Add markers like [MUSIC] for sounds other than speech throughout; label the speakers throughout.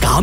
Speaker 1: 咁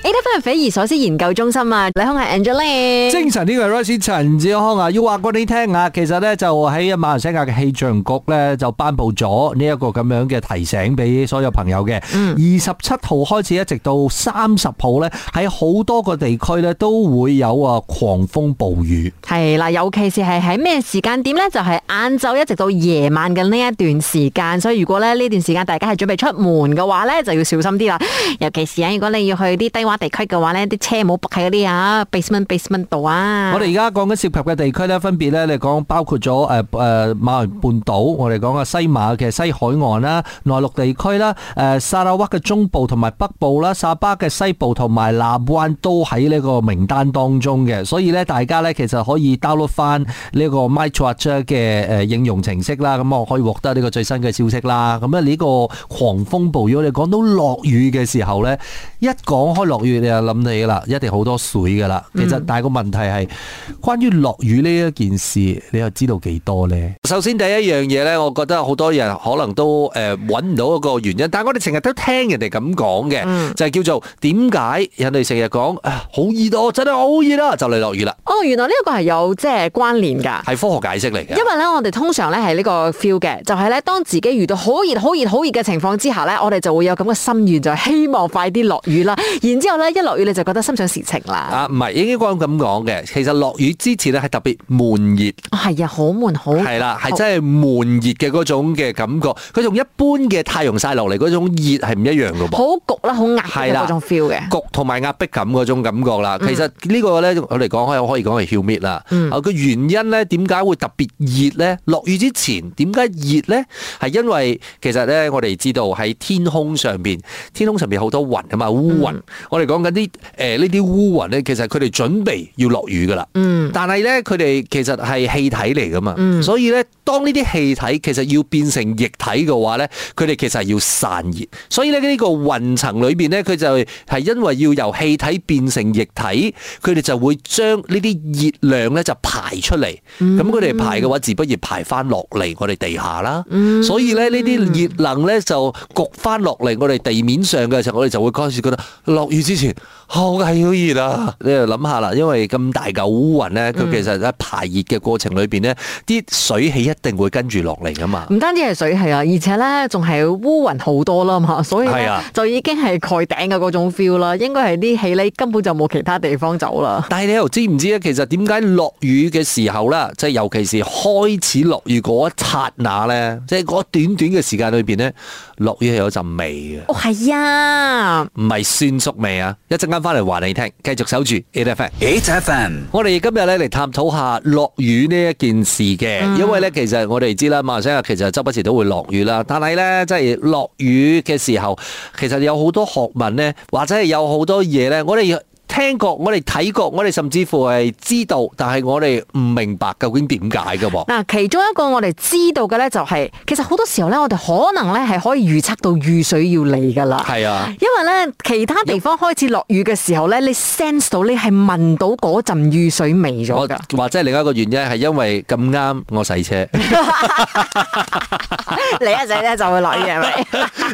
Speaker 2: A. F. M. 匪夷所思研究中心啊，你好，我係 Angeline。
Speaker 3: 精神呢個係 Royce 陳志康啊，要話過你聽啊，其實呢，就喺馬來西亞嘅氣象局呢，就頒布咗呢一個咁樣嘅提醒俾所有朋友嘅。二十七號開始一直到三十號呢，喺好多個地區呢都會有啊狂風暴雨。
Speaker 2: 係啦，尤其是係喺咩時間點呢？就係晏晝一直到夜晚嘅呢一段時間，所以如果咧呢段時間大家係準備出門嘅話呢，就要小心啲啦。尤其是啊，如果你要去啲低洼地區嘅話呢，啲車唔好泊喺嗰啲啊 basement basement 度啊。
Speaker 3: 我哋而家講緊涉及嘅地區呢，分別呢，你講包括咗誒誒馬來半島，我哋講嘅啊西馬嘅西海岸啦、內陸地區啦、誒、沙拉灣嘅中部同埋北部啦、沙巴嘅西部同埋南灣都喺呢個名單當中嘅，所以呢，大家呢，其實可以 download 翻呢個 My Tracker 嘅誒應用程式啦，咁我可以獲得呢個最新嘅消息啦。咁啊呢個狂風暴雨，我哋講到落雨嘅時候呢，一講開落雨你就諗起啦，一定好多水噶啦。其實但係個問題係。關於落雨呢一件事，你又知道幾多呢？首先第一樣嘢呢，我覺得好多人可能都誒揾唔到一個原因，但係我哋成日都聽人哋咁講嘅，就係叫做點解人哋成日講啊好熱咯，真係好熱啦，就嚟落雨啦，
Speaker 2: 哦，原來呢一個係有即係關聯㗎。
Speaker 3: 係科學解釋嚟
Speaker 2: 因
Speaker 3: 嘅。
Speaker 2: 為咧，我哋通常咧係呢個 feel 嘅，就係咧，當自己遇到好熱、好熱、好熱嘅情況之下咧，我哋就會有咁嘅心願，就係希望快啲落雨啦。然之後咧，一落雨你就覺得心想事成啦。
Speaker 3: 啊，唔係應該講咁講嘅，其實落雨之前呢係特別悶熱。
Speaker 2: 哦係啊，好悶，好
Speaker 3: 係啦，係真係悶熱嘅嗰種嘅感覺，佢同一般嘅太陽曬落嚟嗰種熱係唔一樣嘅噃。
Speaker 2: 好焗啦，好壓迫
Speaker 3: 係
Speaker 2: 嘅
Speaker 3: 啦
Speaker 2: 嗰種 feel 嘅。嗯
Speaker 3: 焗同埋壓迫感嗰種感覺啦。其實呢個咧，我哋講開可以講係 humid 啦。啊個原因咧，點解會特別熱咧？落雨之前點解熱咧？係因為其實咧，我哋知道喺天空上邊，天空上邊好多雲啊嘛，烏
Speaker 2: 嗯
Speaker 3: 雲。我哋講緊啲誒呢啲烏雲咧，其實佢哋準備要落雨噶啦。
Speaker 2: 嗯，
Speaker 3: 但係咧，佢哋其實係氣體嚟噶嘛，
Speaker 2: 嗯
Speaker 3: 所以咧，當呢啲氣體其實要變成液體嘅話咧，佢哋其實係要散熱，所以咧呢個雲層裏邊咧，佢就係因為要由氣體變成液體，佢哋就會將呢啲熱量咧就排出嚟，咁佢哋排嘅話，自不然排翻落嚟我哋地下啦，所以咧呢啲熱能咧就焗翻落嚟我哋地面上嘅時候，我哋就會開始覺得落雨之前好係好熱啊！你就諗下啦，因為咁大嚿烏雲咧，佢其實喺排熱嘅過程裏邊咧，啲水氣一定會跟住落嚟噶嘛。
Speaker 2: 唔單止係水係啊，而且咧仲係烏雲好多啦 [LAUGHS] 嘛，所以
Speaker 3: 係
Speaker 2: 咧
Speaker 3: 啊
Speaker 2: 就已經係蓋頂嘅嗰種 feel 啦。應該係啲氣咧根本就冇其他地方走啦。
Speaker 3: 但係你又知唔知咧？其實點解落雨嘅時候啦，即係尤其是開始落雨嗰一剎那咧，即係嗰短短嘅時間裏邊咧，落雨係有陣味嘅。
Speaker 2: 哦，係啊。
Speaker 3: 唔係酸縮味啊！一陣間翻嚟話你聽，繼續守住 A F M。
Speaker 1: H F M
Speaker 3: 我哋今日咧嚟探討下落雨呢一件事嘅，因為咧其實我哋知啦，馬來西亞其實周不時都會落雨啦，但係咧即係落雨嘅時候，其實有好多學問咧，或者係有好多嘢咧，我哋。聽過，我哋睇過，我哋甚至乎係知道，但係我哋唔明白究竟點解嘅噃。
Speaker 2: 嗱，其中一個我哋知道嘅咧、就係其實好多時候咧，我哋可能咧係可以預測到雨水要嚟噶啦。
Speaker 3: 係啊，
Speaker 2: 因為咧，其他地方開始落雨嘅時候咧，你 sense 到你係聞到嗰陣雨水味咗㗎。
Speaker 3: 我或者係另一個原因係因為咁啱我洗車。
Speaker 2: [LAUGHS] 你一陣咧就會落雨係
Speaker 3: [LAUGHS]
Speaker 2: 咪？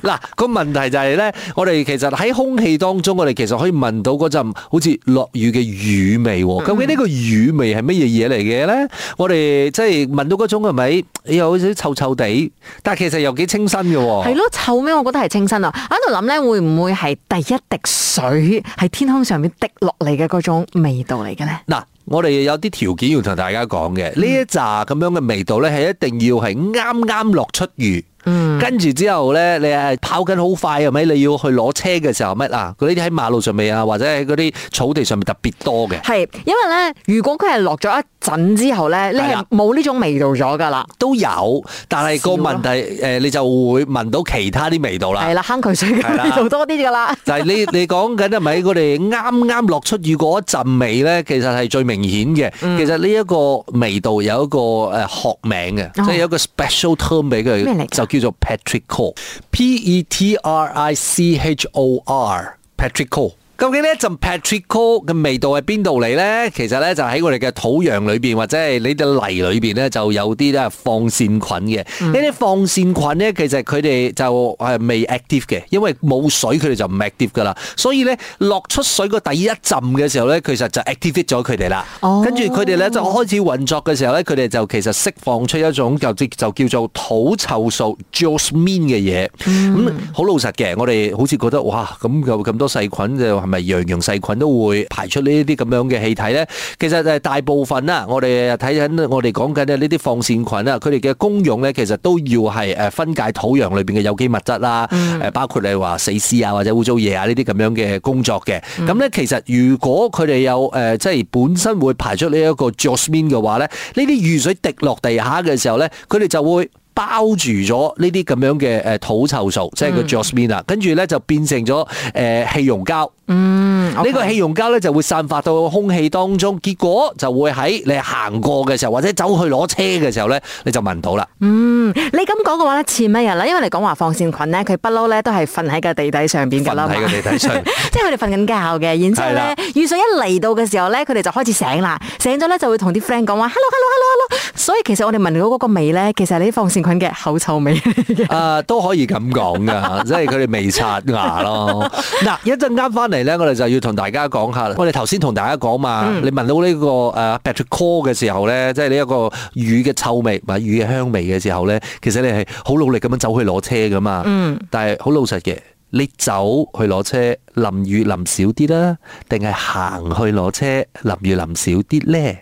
Speaker 3: 嗱，個問題就係咧，我哋其實喺空氣當中，我哋其實可以聞到嗰陣好似落雨嘅雨味
Speaker 2: 嗯
Speaker 3: 喎。究竟呢個雨味係乜嘢嘢嚟嘅咧？我哋即係聞到嗰種係咪哎又好似臭臭地，但係其實又幾清新嘅喎。
Speaker 2: 係咯，臭咩？我覺得係清新啊！喺度諗咧，會唔會係第一滴水喺天空上面滴落嚟嘅嗰種味道嚟嘅咧？
Speaker 3: 嗱，我哋有啲條件要同大家講嘅，呢一
Speaker 2: 嗯
Speaker 3: 紮咁樣嘅味道呢，係一定要係啱啱落出雨。
Speaker 2: 嗯
Speaker 3: 跟住之後呢，你係跑緊好快係咪？你要去攞車嘅時候乜啊？嗰啲喺馬路上面啊，或者喺嗰啲草地上面特別多嘅，
Speaker 2: 係，因為咧，如果佢係落咗一陣之後咧，你
Speaker 3: 係
Speaker 2: 係
Speaker 3: 啦
Speaker 2: 冇呢種味道咗㗎啦。
Speaker 3: 都有。但係個
Speaker 2: 少咯
Speaker 3: 問題誒、你就會聞到其他啲味道啦
Speaker 2: 係。啦，坑渠水
Speaker 3: 啊係
Speaker 2: 嘅
Speaker 3: 啦
Speaker 2: 味道多啲㗎啦。
Speaker 3: 但
Speaker 2: [LAUGHS]
Speaker 3: 係你你講緊係咪我哋啱啱落出雨嗰一陣味咧，其實係最明顯嘅。
Speaker 2: 嗯
Speaker 3: 其實呢一個味道有一個誒學名嘅，即係有一個 special term 俾佢
Speaker 2: 哦咩嚟㗎，
Speaker 3: 就叫做 petrichor，P E T R I C H O R，petrichor。究竟呢一陣 Patrico 嘅味道係邊度嚟呢？其實呢，就喺我哋嘅土壤裏邊，或者係你哋泥裏邊呢，就有啲咧放線菌嘅。呢啲放線菌呢，其實佢哋就係未 active 嘅，因為冇水佢哋就唔 active 噶啦。所以呢，落出水個第一浸嘅時候呢，其實就 activate 咗佢哋啦。
Speaker 2: 哦
Speaker 3: 跟住佢哋呢，就開始運作嘅時候呢，佢哋就其實釋放出一種就即就叫做土臭素 jasmine 嘅嘢。咁好、老實嘅，我哋好似覺得哇，咁有咁多細菌就係咪樣樣細菌都會排出呢啲咁樣嘅氣體呢？其實誒大部分啦，我哋睇緊我哋講緊嘅呢啲放線菌啊，佢哋嘅功用呢，其實都要係誒分解土壤裏邊嘅有機物質啦，誒、包括你話死屍啊或者污糟嘢啊呢啲咁樣嘅工作嘅。咁呢，其實如果佢哋有誒、呃即係本身會排出呢一個 jasmine 嘅話呢，呢啲雨水滴落地下嘅時候呢，佢哋就會。包住咗呢啲咁樣嘅誒土臭素，即係個 jasmine 啊，跟住咧就變成咗誒氣溶膠。
Speaker 2: 嗯，
Speaker 3: 呢個氣溶膠咧就會散發到空氣當中，結果就會喺你行過嘅時候，或者走去攞車嘅時候咧，你就聞到啦。
Speaker 2: 你咁講嘅話咧，似乜嘢啦？因為你講話放線菌咧，佢不嬲咧都係瞓喺個地底上邊㗎
Speaker 3: 瞓
Speaker 2: 啦嘛
Speaker 3: 喺。個地底上，
Speaker 2: [LAUGHS] 即係佢哋瞓緊覺嘅，然之後
Speaker 3: 係啦
Speaker 2: 咧雨水一嚟到嘅時候咧，佢哋就開始醒啦，醒咗咧就會同啲 friend 講話 hello hello hello hello，所以其實我哋聞到嗰個味咧，其實係你啲放線菌嘅口臭
Speaker 3: [LAUGHS]
Speaker 2: 味。
Speaker 3: 啊都可以咁講噶，即係佢哋未刷牙咯。嗱，一陣間翻嚟咧，我哋就要同大家講下啦。我哋頭先同大家講嘛，你聞到呢個誒 b a t r i c o 嘅時候咧，即係呢一個魚嘅臭味或者魚嘅香味嘅時候咧，其實你係好努力咁樣走去攞車噶嘛。
Speaker 2: 嗯，
Speaker 3: 但係好老實嘅，你走去攞車，淋雨淋少啲啦，定係行去攞車，淋雨淋少啲呢？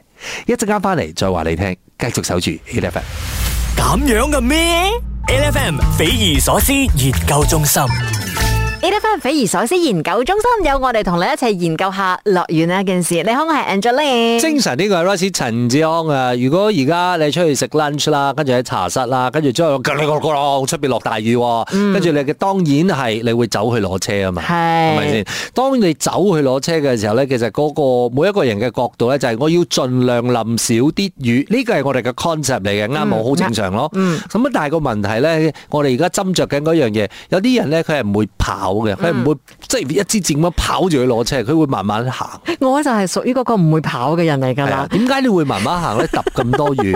Speaker 3: 一陣間翻嚟再話你聽，繼續守住 A F M。
Speaker 1: 咁樣嘅咩？L F M 匪夷所思研究中心。
Speaker 2: A F M 匪夷所思研究中心有我哋同你一齊研究下樂園呢件事。你好，我係 Angeline。
Speaker 3: 精神呢個係 Rice 陳志安啊！如果而家你出去食 lunch 啦，跟住喺茶室啦，跟住之後咕嚕咕嚕咕嚕出邊落大雨喎，跟住你嘅當然係你會走去攞車啊嘛，係
Speaker 2: 嗯
Speaker 3: 咪
Speaker 2: 係
Speaker 3: 先？當你走去攞車嘅時候咧，其實嗰、個每一個人嘅角度咧，就係我要盡量淋少啲雨，呢個係我哋嘅 concept 嚟嘅，啱冇好正常咯。
Speaker 2: 嗯
Speaker 3: 咁啊，但係個問題咧，我哋而家斟酌緊嗰樣嘢，有啲人咧佢係唔會跑嘅，佢係唔會即係一支箭咁樣跑住去攞車，佢會慢慢行。
Speaker 2: 我就係屬於嗰個唔會跑嘅人嚟㗎
Speaker 3: 係
Speaker 2: 啦
Speaker 3: 啊，。點解你會慢慢行咧？揼咁多
Speaker 2: [LAUGHS]
Speaker 3: 雨，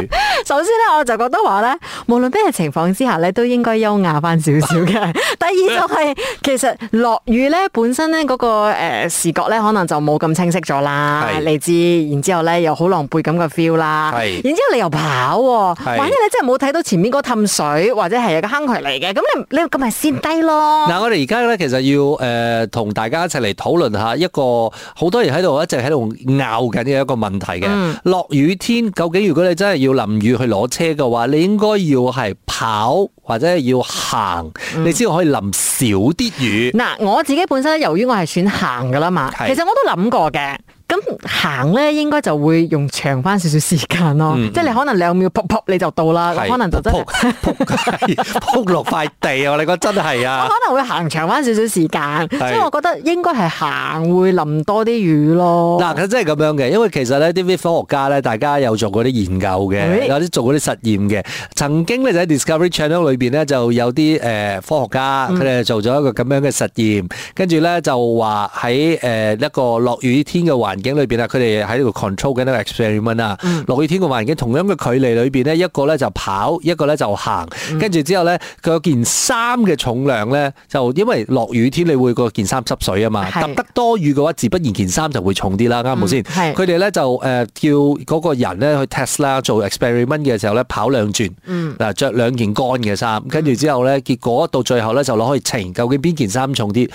Speaker 2: 首先咧，我就覺得話咧，無論咩情況之下咧，都應該優雅翻少少嘅。 [LAUGHS] 第二就係、
Speaker 3: [LAUGHS]
Speaker 2: 其實落雨咧，本身咧嗰、個誒、呃、視覺咧，可能就冇咁清晰咗啦。
Speaker 3: 係
Speaker 2: 你知，然之後咧又好狼狽咁嘅 feel 啦。
Speaker 3: 係
Speaker 2: 然之後你又跑喎、
Speaker 3: 係
Speaker 2: 萬一你真係冇睇到前面嗰氹水，或者係有個坑渠嚟嘅，咁你你咁咪先低咯。
Speaker 3: 嗱，我哋而家咧其實要誒同、大家一齊嚟討論下一個好多人喺度一直喺度拗緊嘅一個問題
Speaker 2: 嗯
Speaker 3: 嘅。落、雨天究竟如果你真係要淋雨去攞車嘅話，你應該要係跑或者係要行，
Speaker 2: 嗯
Speaker 3: 你先可以淋少啲雨。
Speaker 2: 嗱，我自己本身由於我係選行噶啦嘛，
Speaker 3: 係
Speaker 2: 其實我都諗過嘅。咁行咧，應該就會用長翻少少時間咯，即係你可能兩秒噗噗你就到啦，嗯
Speaker 3: 係
Speaker 2: 咁可能就嗯真係
Speaker 3: 仆。仆仆街仆落塊地啊！你講真係
Speaker 2: 我
Speaker 3: 啊
Speaker 2: 可！能會行長翻少少時間，所以我覺得應該係行會淋多啲雨咯。
Speaker 3: 嗱，佢真係咁樣嘅，因為其實咧，啲科學家咧，大家有做過啲研究嘅，
Speaker 2: 誒
Speaker 3: 有啲做過啲實驗嘅。曾經咧就喺 Discovery Channel 裏邊咧，就有啲誒、呃科學家佢哋做咗一個咁樣嘅實驗，跟住咧就話喺誒一個落雨天嘅環境裏邊啊，佢哋喺度 control 緊一個 experiment 啊。落雨天嘅環境同樣嘅距離裏邊咧，一個咧就跑，一個咧就行，跟住之後咧佢有件衫嘅重量咧，就因為落雨天你會個件衫濕水啊嘛，
Speaker 2: 係嗯
Speaker 3: 揼得多雨嘅話，自不然件衫就會重啲啦，啱冇先？
Speaker 2: 係
Speaker 3: 佢哋咧就誒、呃叫嗰個人咧去 test 啦，做 experiment 嘅時候咧跑兩轉，
Speaker 2: 嗯
Speaker 3: 嗱着兩件乾嘅衫，跟住之後咧，結果到最後咧就攞去稱，究竟邊件衫重啲？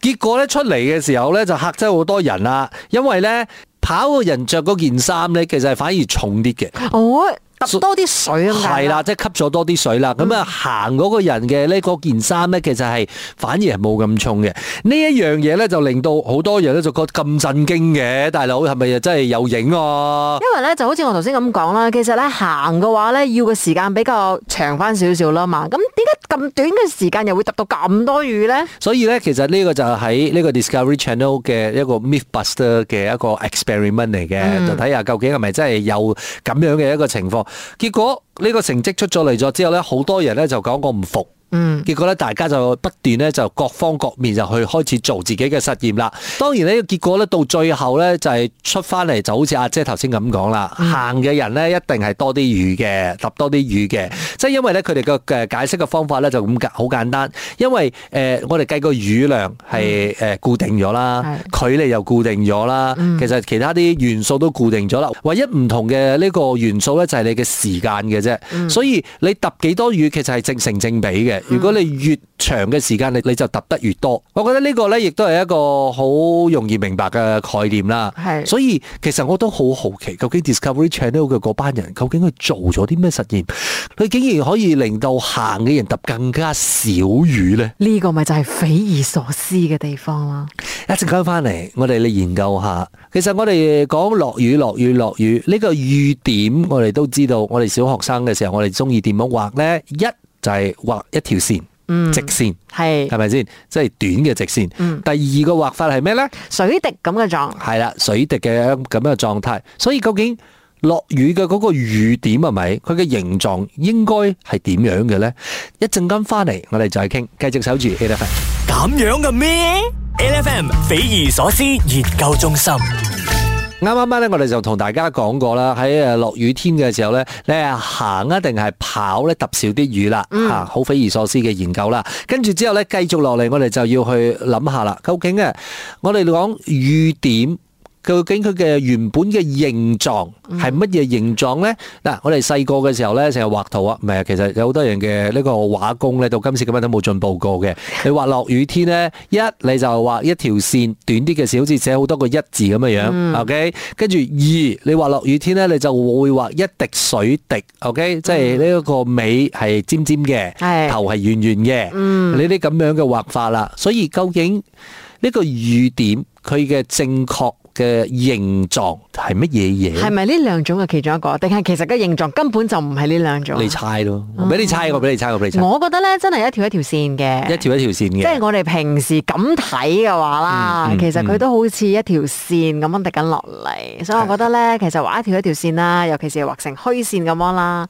Speaker 3: 結果咧出嚟嘅時候咧就嚇咗好多人啦，因為咧跑嘅人着嗰件衫咧其實係反而重啲嘅。
Speaker 2: 我哦揼多啲水咁解
Speaker 3: 係啦，，即係吸咗多啲水啦。咁啊，行嗰個人嘅呢嗰件衫咧，其實係反而係冇咁重嘅。呢一樣嘢咧，就令到好多人咧就覺得咁震驚嘅。大佬係咪又真係有影啊？
Speaker 2: 因為咧就好似我頭先咁講啦，其實咧行嘅話咧要嘅時間比較長翻少少啦嘛。咁點解咁短嘅時間又會揼到咁多雨咧？
Speaker 3: 所以咧，其實呢個就喺呢個 Discovery Channel 嘅一個 MythBuster 嘅一個 experiment 嚟嘅，就睇下究竟係咪真係有咁樣嘅一個情況。結果呢個成績出咗嚟咗之後咧，好多人咧就講我唔服。
Speaker 2: 嗯
Speaker 3: 結果咧，大家就不斷咧就各方各面就去開始做自己嘅實驗啦。當然呢個結果咧到最後咧就係出翻嚟就好似阿姐頭先咁講啦，行嘅人咧一定係多啲魚嘅，揼多啲魚嘅，即係因為咧佢哋嘅嘅解釋嘅方法咧就咁簡好簡單，因為誒、呃我哋計個魚量係誒固定咗啦，距離又固定咗啦，其實其他啲元素都固定咗啦，唯一唔同嘅呢個元素咧就係你嘅時間嘅啫，所以你揼幾多魚其實係正成正比嘅，如果你越長嘅時間你你就揼得越多，我覺得呢個咧亦都係一個好容易明白嘅概念啦。
Speaker 2: 係
Speaker 3: 所以其實我都好好奇，究竟 Discovery Channel 嘅嗰班人究竟佢做咗啲咩實驗？佢竟然可以令到行嘅人揼更加少魚呢？
Speaker 2: 呢個咪就係匪夷所思嘅地方啦。
Speaker 3: 一陣間翻嚟，我哋嚟研究下。其實我哋講落雨、落雨、落雨呢、個雨點，我哋都知道。我哋小學生嘅時候，我哋中意點樣畫呢？一就係畫一條線，
Speaker 2: 嗯
Speaker 3: 直線。
Speaker 2: 係
Speaker 3: 係咪先？即係短嘅直線。
Speaker 2: 嗯
Speaker 3: 第二個畫法係咩呢？
Speaker 2: 水滴咁嘅狀，
Speaker 3: 係啦，水滴嘅咁樣嘅狀態。所以究竟落雨嘅嗰個雨點係咪？佢嘅形狀應該係點樣嘅呢？一陣間翻嚟，我哋再傾。繼續守住 A F M。
Speaker 1: 咁樣嘅咩？L F M 匪夷所思研究中心
Speaker 3: 啱啱啱咧，我哋就同大家講過啦，喺誒落雨天嘅時候咧，你係行啊定係跑咧，揼少啲雨啦，嚇好、匪夷所思嘅研究啦。跟住之後咧，繼續落嚟，我哋就要去諗下啦，究竟啊，我哋講雨點。究竟佢嘅原本嘅形狀係乜嘢形狀呢？嗱、我哋細個嘅時候呢，成日畫圖啊，唔係，其實有好多人嘅呢個畫工呢，到今時今日都冇進步過嘅。你畫落雨天呢，一你就畫一條線短啲嘅時，好似寫好多個一字咁嘅樣、o k 跟住二，你畫落雨天呢，你就會畫一滴水滴，OK，即係呢一個尾係尖尖嘅，
Speaker 2: 係
Speaker 3: 頭係圓圓嘅，呢啲咁樣嘅畫法啦。所以究竟呢個雨點佢嘅正確嘅形狀係乜嘢嘢？
Speaker 2: 係咪呢兩種嘅其中一個？定係其實嘅形狀根本就唔係呢兩種？
Speaker 3: 你猜咯，我俾你猜，我俾你猜，我俾你猜，
Speaker 2: 哦我覺得咧，真係一條一條線嘅，
Speaker 3: 一條一條線
Speaker 2: 即係
Speaker 3: 嘅。
Speaker 2: 我哋平時咁睇嘅話啦，
Speaker 3: 嗯嗯
Speaker 2: 其實佢都好似一條線咁樣滴緊落嚟，所以我覺得咧，其實畫一條一條線啦，尤其是畫成虛線咁樣啦，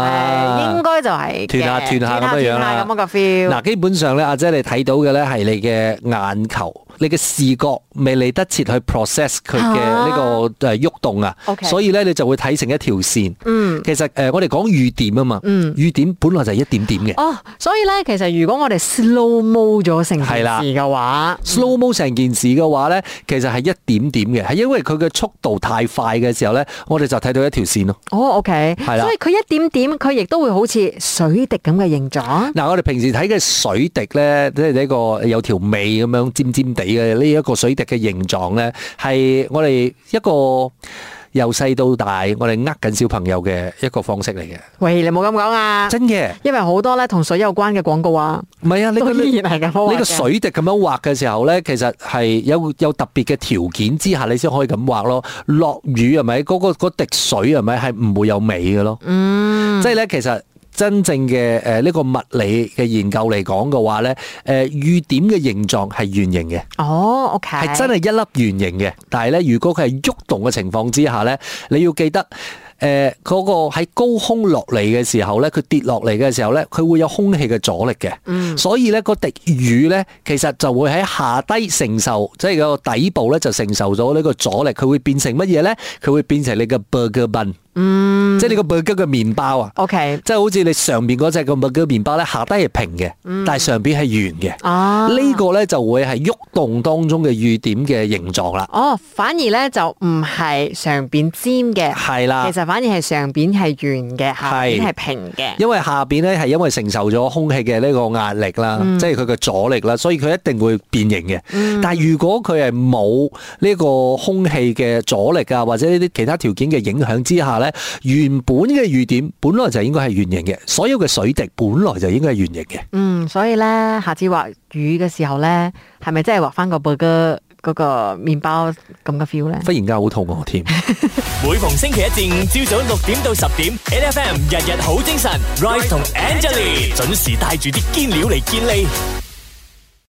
Speaker 2: 誒應
Speaker 3: 啊！
Speaker 2: 該就係嘅
Speaker 3: 斷下斷下咁樣樣啦
Speaker 2: 斷下咁樣嘅 feel。
Speaker 3: 嗱，基本上咧，阿姐你睇到嘅咧係你嘅眼球，你嘅視覺未嚟得切去 process 佢嘅
Speaker 2: 啊
Speaker 3: 呢個誒喐動啊，
Speaker 2: OK
Speaker 3: 所以咧你就會睇成一條線。
Speaker 2: 嗯，
Speaker 3: 其實誒，我哋講雨點啊嘛，雨點本來就係一點點嘅。
Speaker 2: 哦，所以咧，其實如果我哋 slow mo 咗成件
Speaker 3: 係啦
Speaker 2: 事嘅話，
Speaker 3: slow mo 成件事嘅話咧，其實係一點點嘅，係因為佢嘅速度太快嘅時候咧，我哋就睇到一條線咯。
Speaker 2: 哦，OK，
Speaker 3: 係啦
Speaker 2: 所以佢一點點，佢亦都會好似水滴咁嘅形狀。
Speaker 3: 嗱，我哋平時睇嘅水滴咧，即係呢個有條尾咁樣尖尖地嘅呢一個水滴嘅形狀咧，係我哋一個由細到大我哋呃緊小朋友嘅一個方式嚟嘅，
Speaker 2: 喂，你冇咁講啊，
Speaker 3: 真嘅，
Speaker 2: 因為好多咧同水有關嘅廣告啊，
Speaker 3: 唔係啊，你
Speaker 2: 都
Speaker 3: 個
Speaker 2: 依然係咁樣畫嘅
Speaker 3: 呢個水滴咁樣畫嘅時候咧，其實係有有特別嘅條件之下，你先可以咁畫咯。落雨係咪？嗰、個嗰滴水係咪係唔會有尾嘅咯？嗯，即係咧，其實。真正嘅誒呢個物理嘅研究嚟講嘅話咧，誒、呃雨點嘅形狀係圓形嘅，
Speaker 2: 哦，OK，
Speaker 3: 係真係一粒圓形嘅。但係咧，如果佢係喐動嘅情況之下咧，你要記得誒嗰、呃個喺高空落嚟嘅時候咧，佢跌落嚟嘅時候咧，佢會有空氣嘅阻力嘅。
Speaker 2: 嗯
Speaker 3: 所以咧，個滴雨咧，其實就會喺下低承受，即係個底部咧就承受咗呢個阻力，佢會變成乜嘢咧？佢會變成你嘅 burger bun，
Speaker 2: 嗯
Speaker 3: 即係你個 burger 嘅麵包啊！
Speaker 2: ，OK，
Speaker 3: 即係好似你上邊嗰只個 burger 麵包咧，下低係平嘅，但係上邊係圓嘅。
Speaker 2: 嗯啊，
Speaker 3: 呢個咧就會係喐動當中嘅雨點嘅形狀啦，
Speaker 2: 哦，反而咧就唔係上邊尖嘅，
Speaker 3: 係啦
Speaker 2: 其。實反而係上邊係圓嘅，下
Speaker 3: 係
Speaker 2: 邊係平嘅。
Speaker 3: 因為下邊咧係因為承受咗空氣嘅呢個壓力啦，
Speaker 2: 嗯
Speaker 3: 即係佢嘅阻力啦，所以佢一定會變形嘅。但係如果佢係冇呢個空氣嘅阻力啊，或者呢啲其他條件嘅影響之下咧，原本嘅雨點本來就應該係圓形嘅，所有嘅水滴本來就應該係圓形嘅。
Speaker 2: 嗯，所以咧，下次畫魚嘅時候咧，係咪真係畫翻個 burger 嗰個麵包咁嘅 feel 咧？
Speaker 3: 忽然間好肚餓添。
Speaker 1: 每逢星期一至五朝早六點到十點，L F M 日日好精神，Rise 同 Angelie 準時帶住啲堅料嚟健利。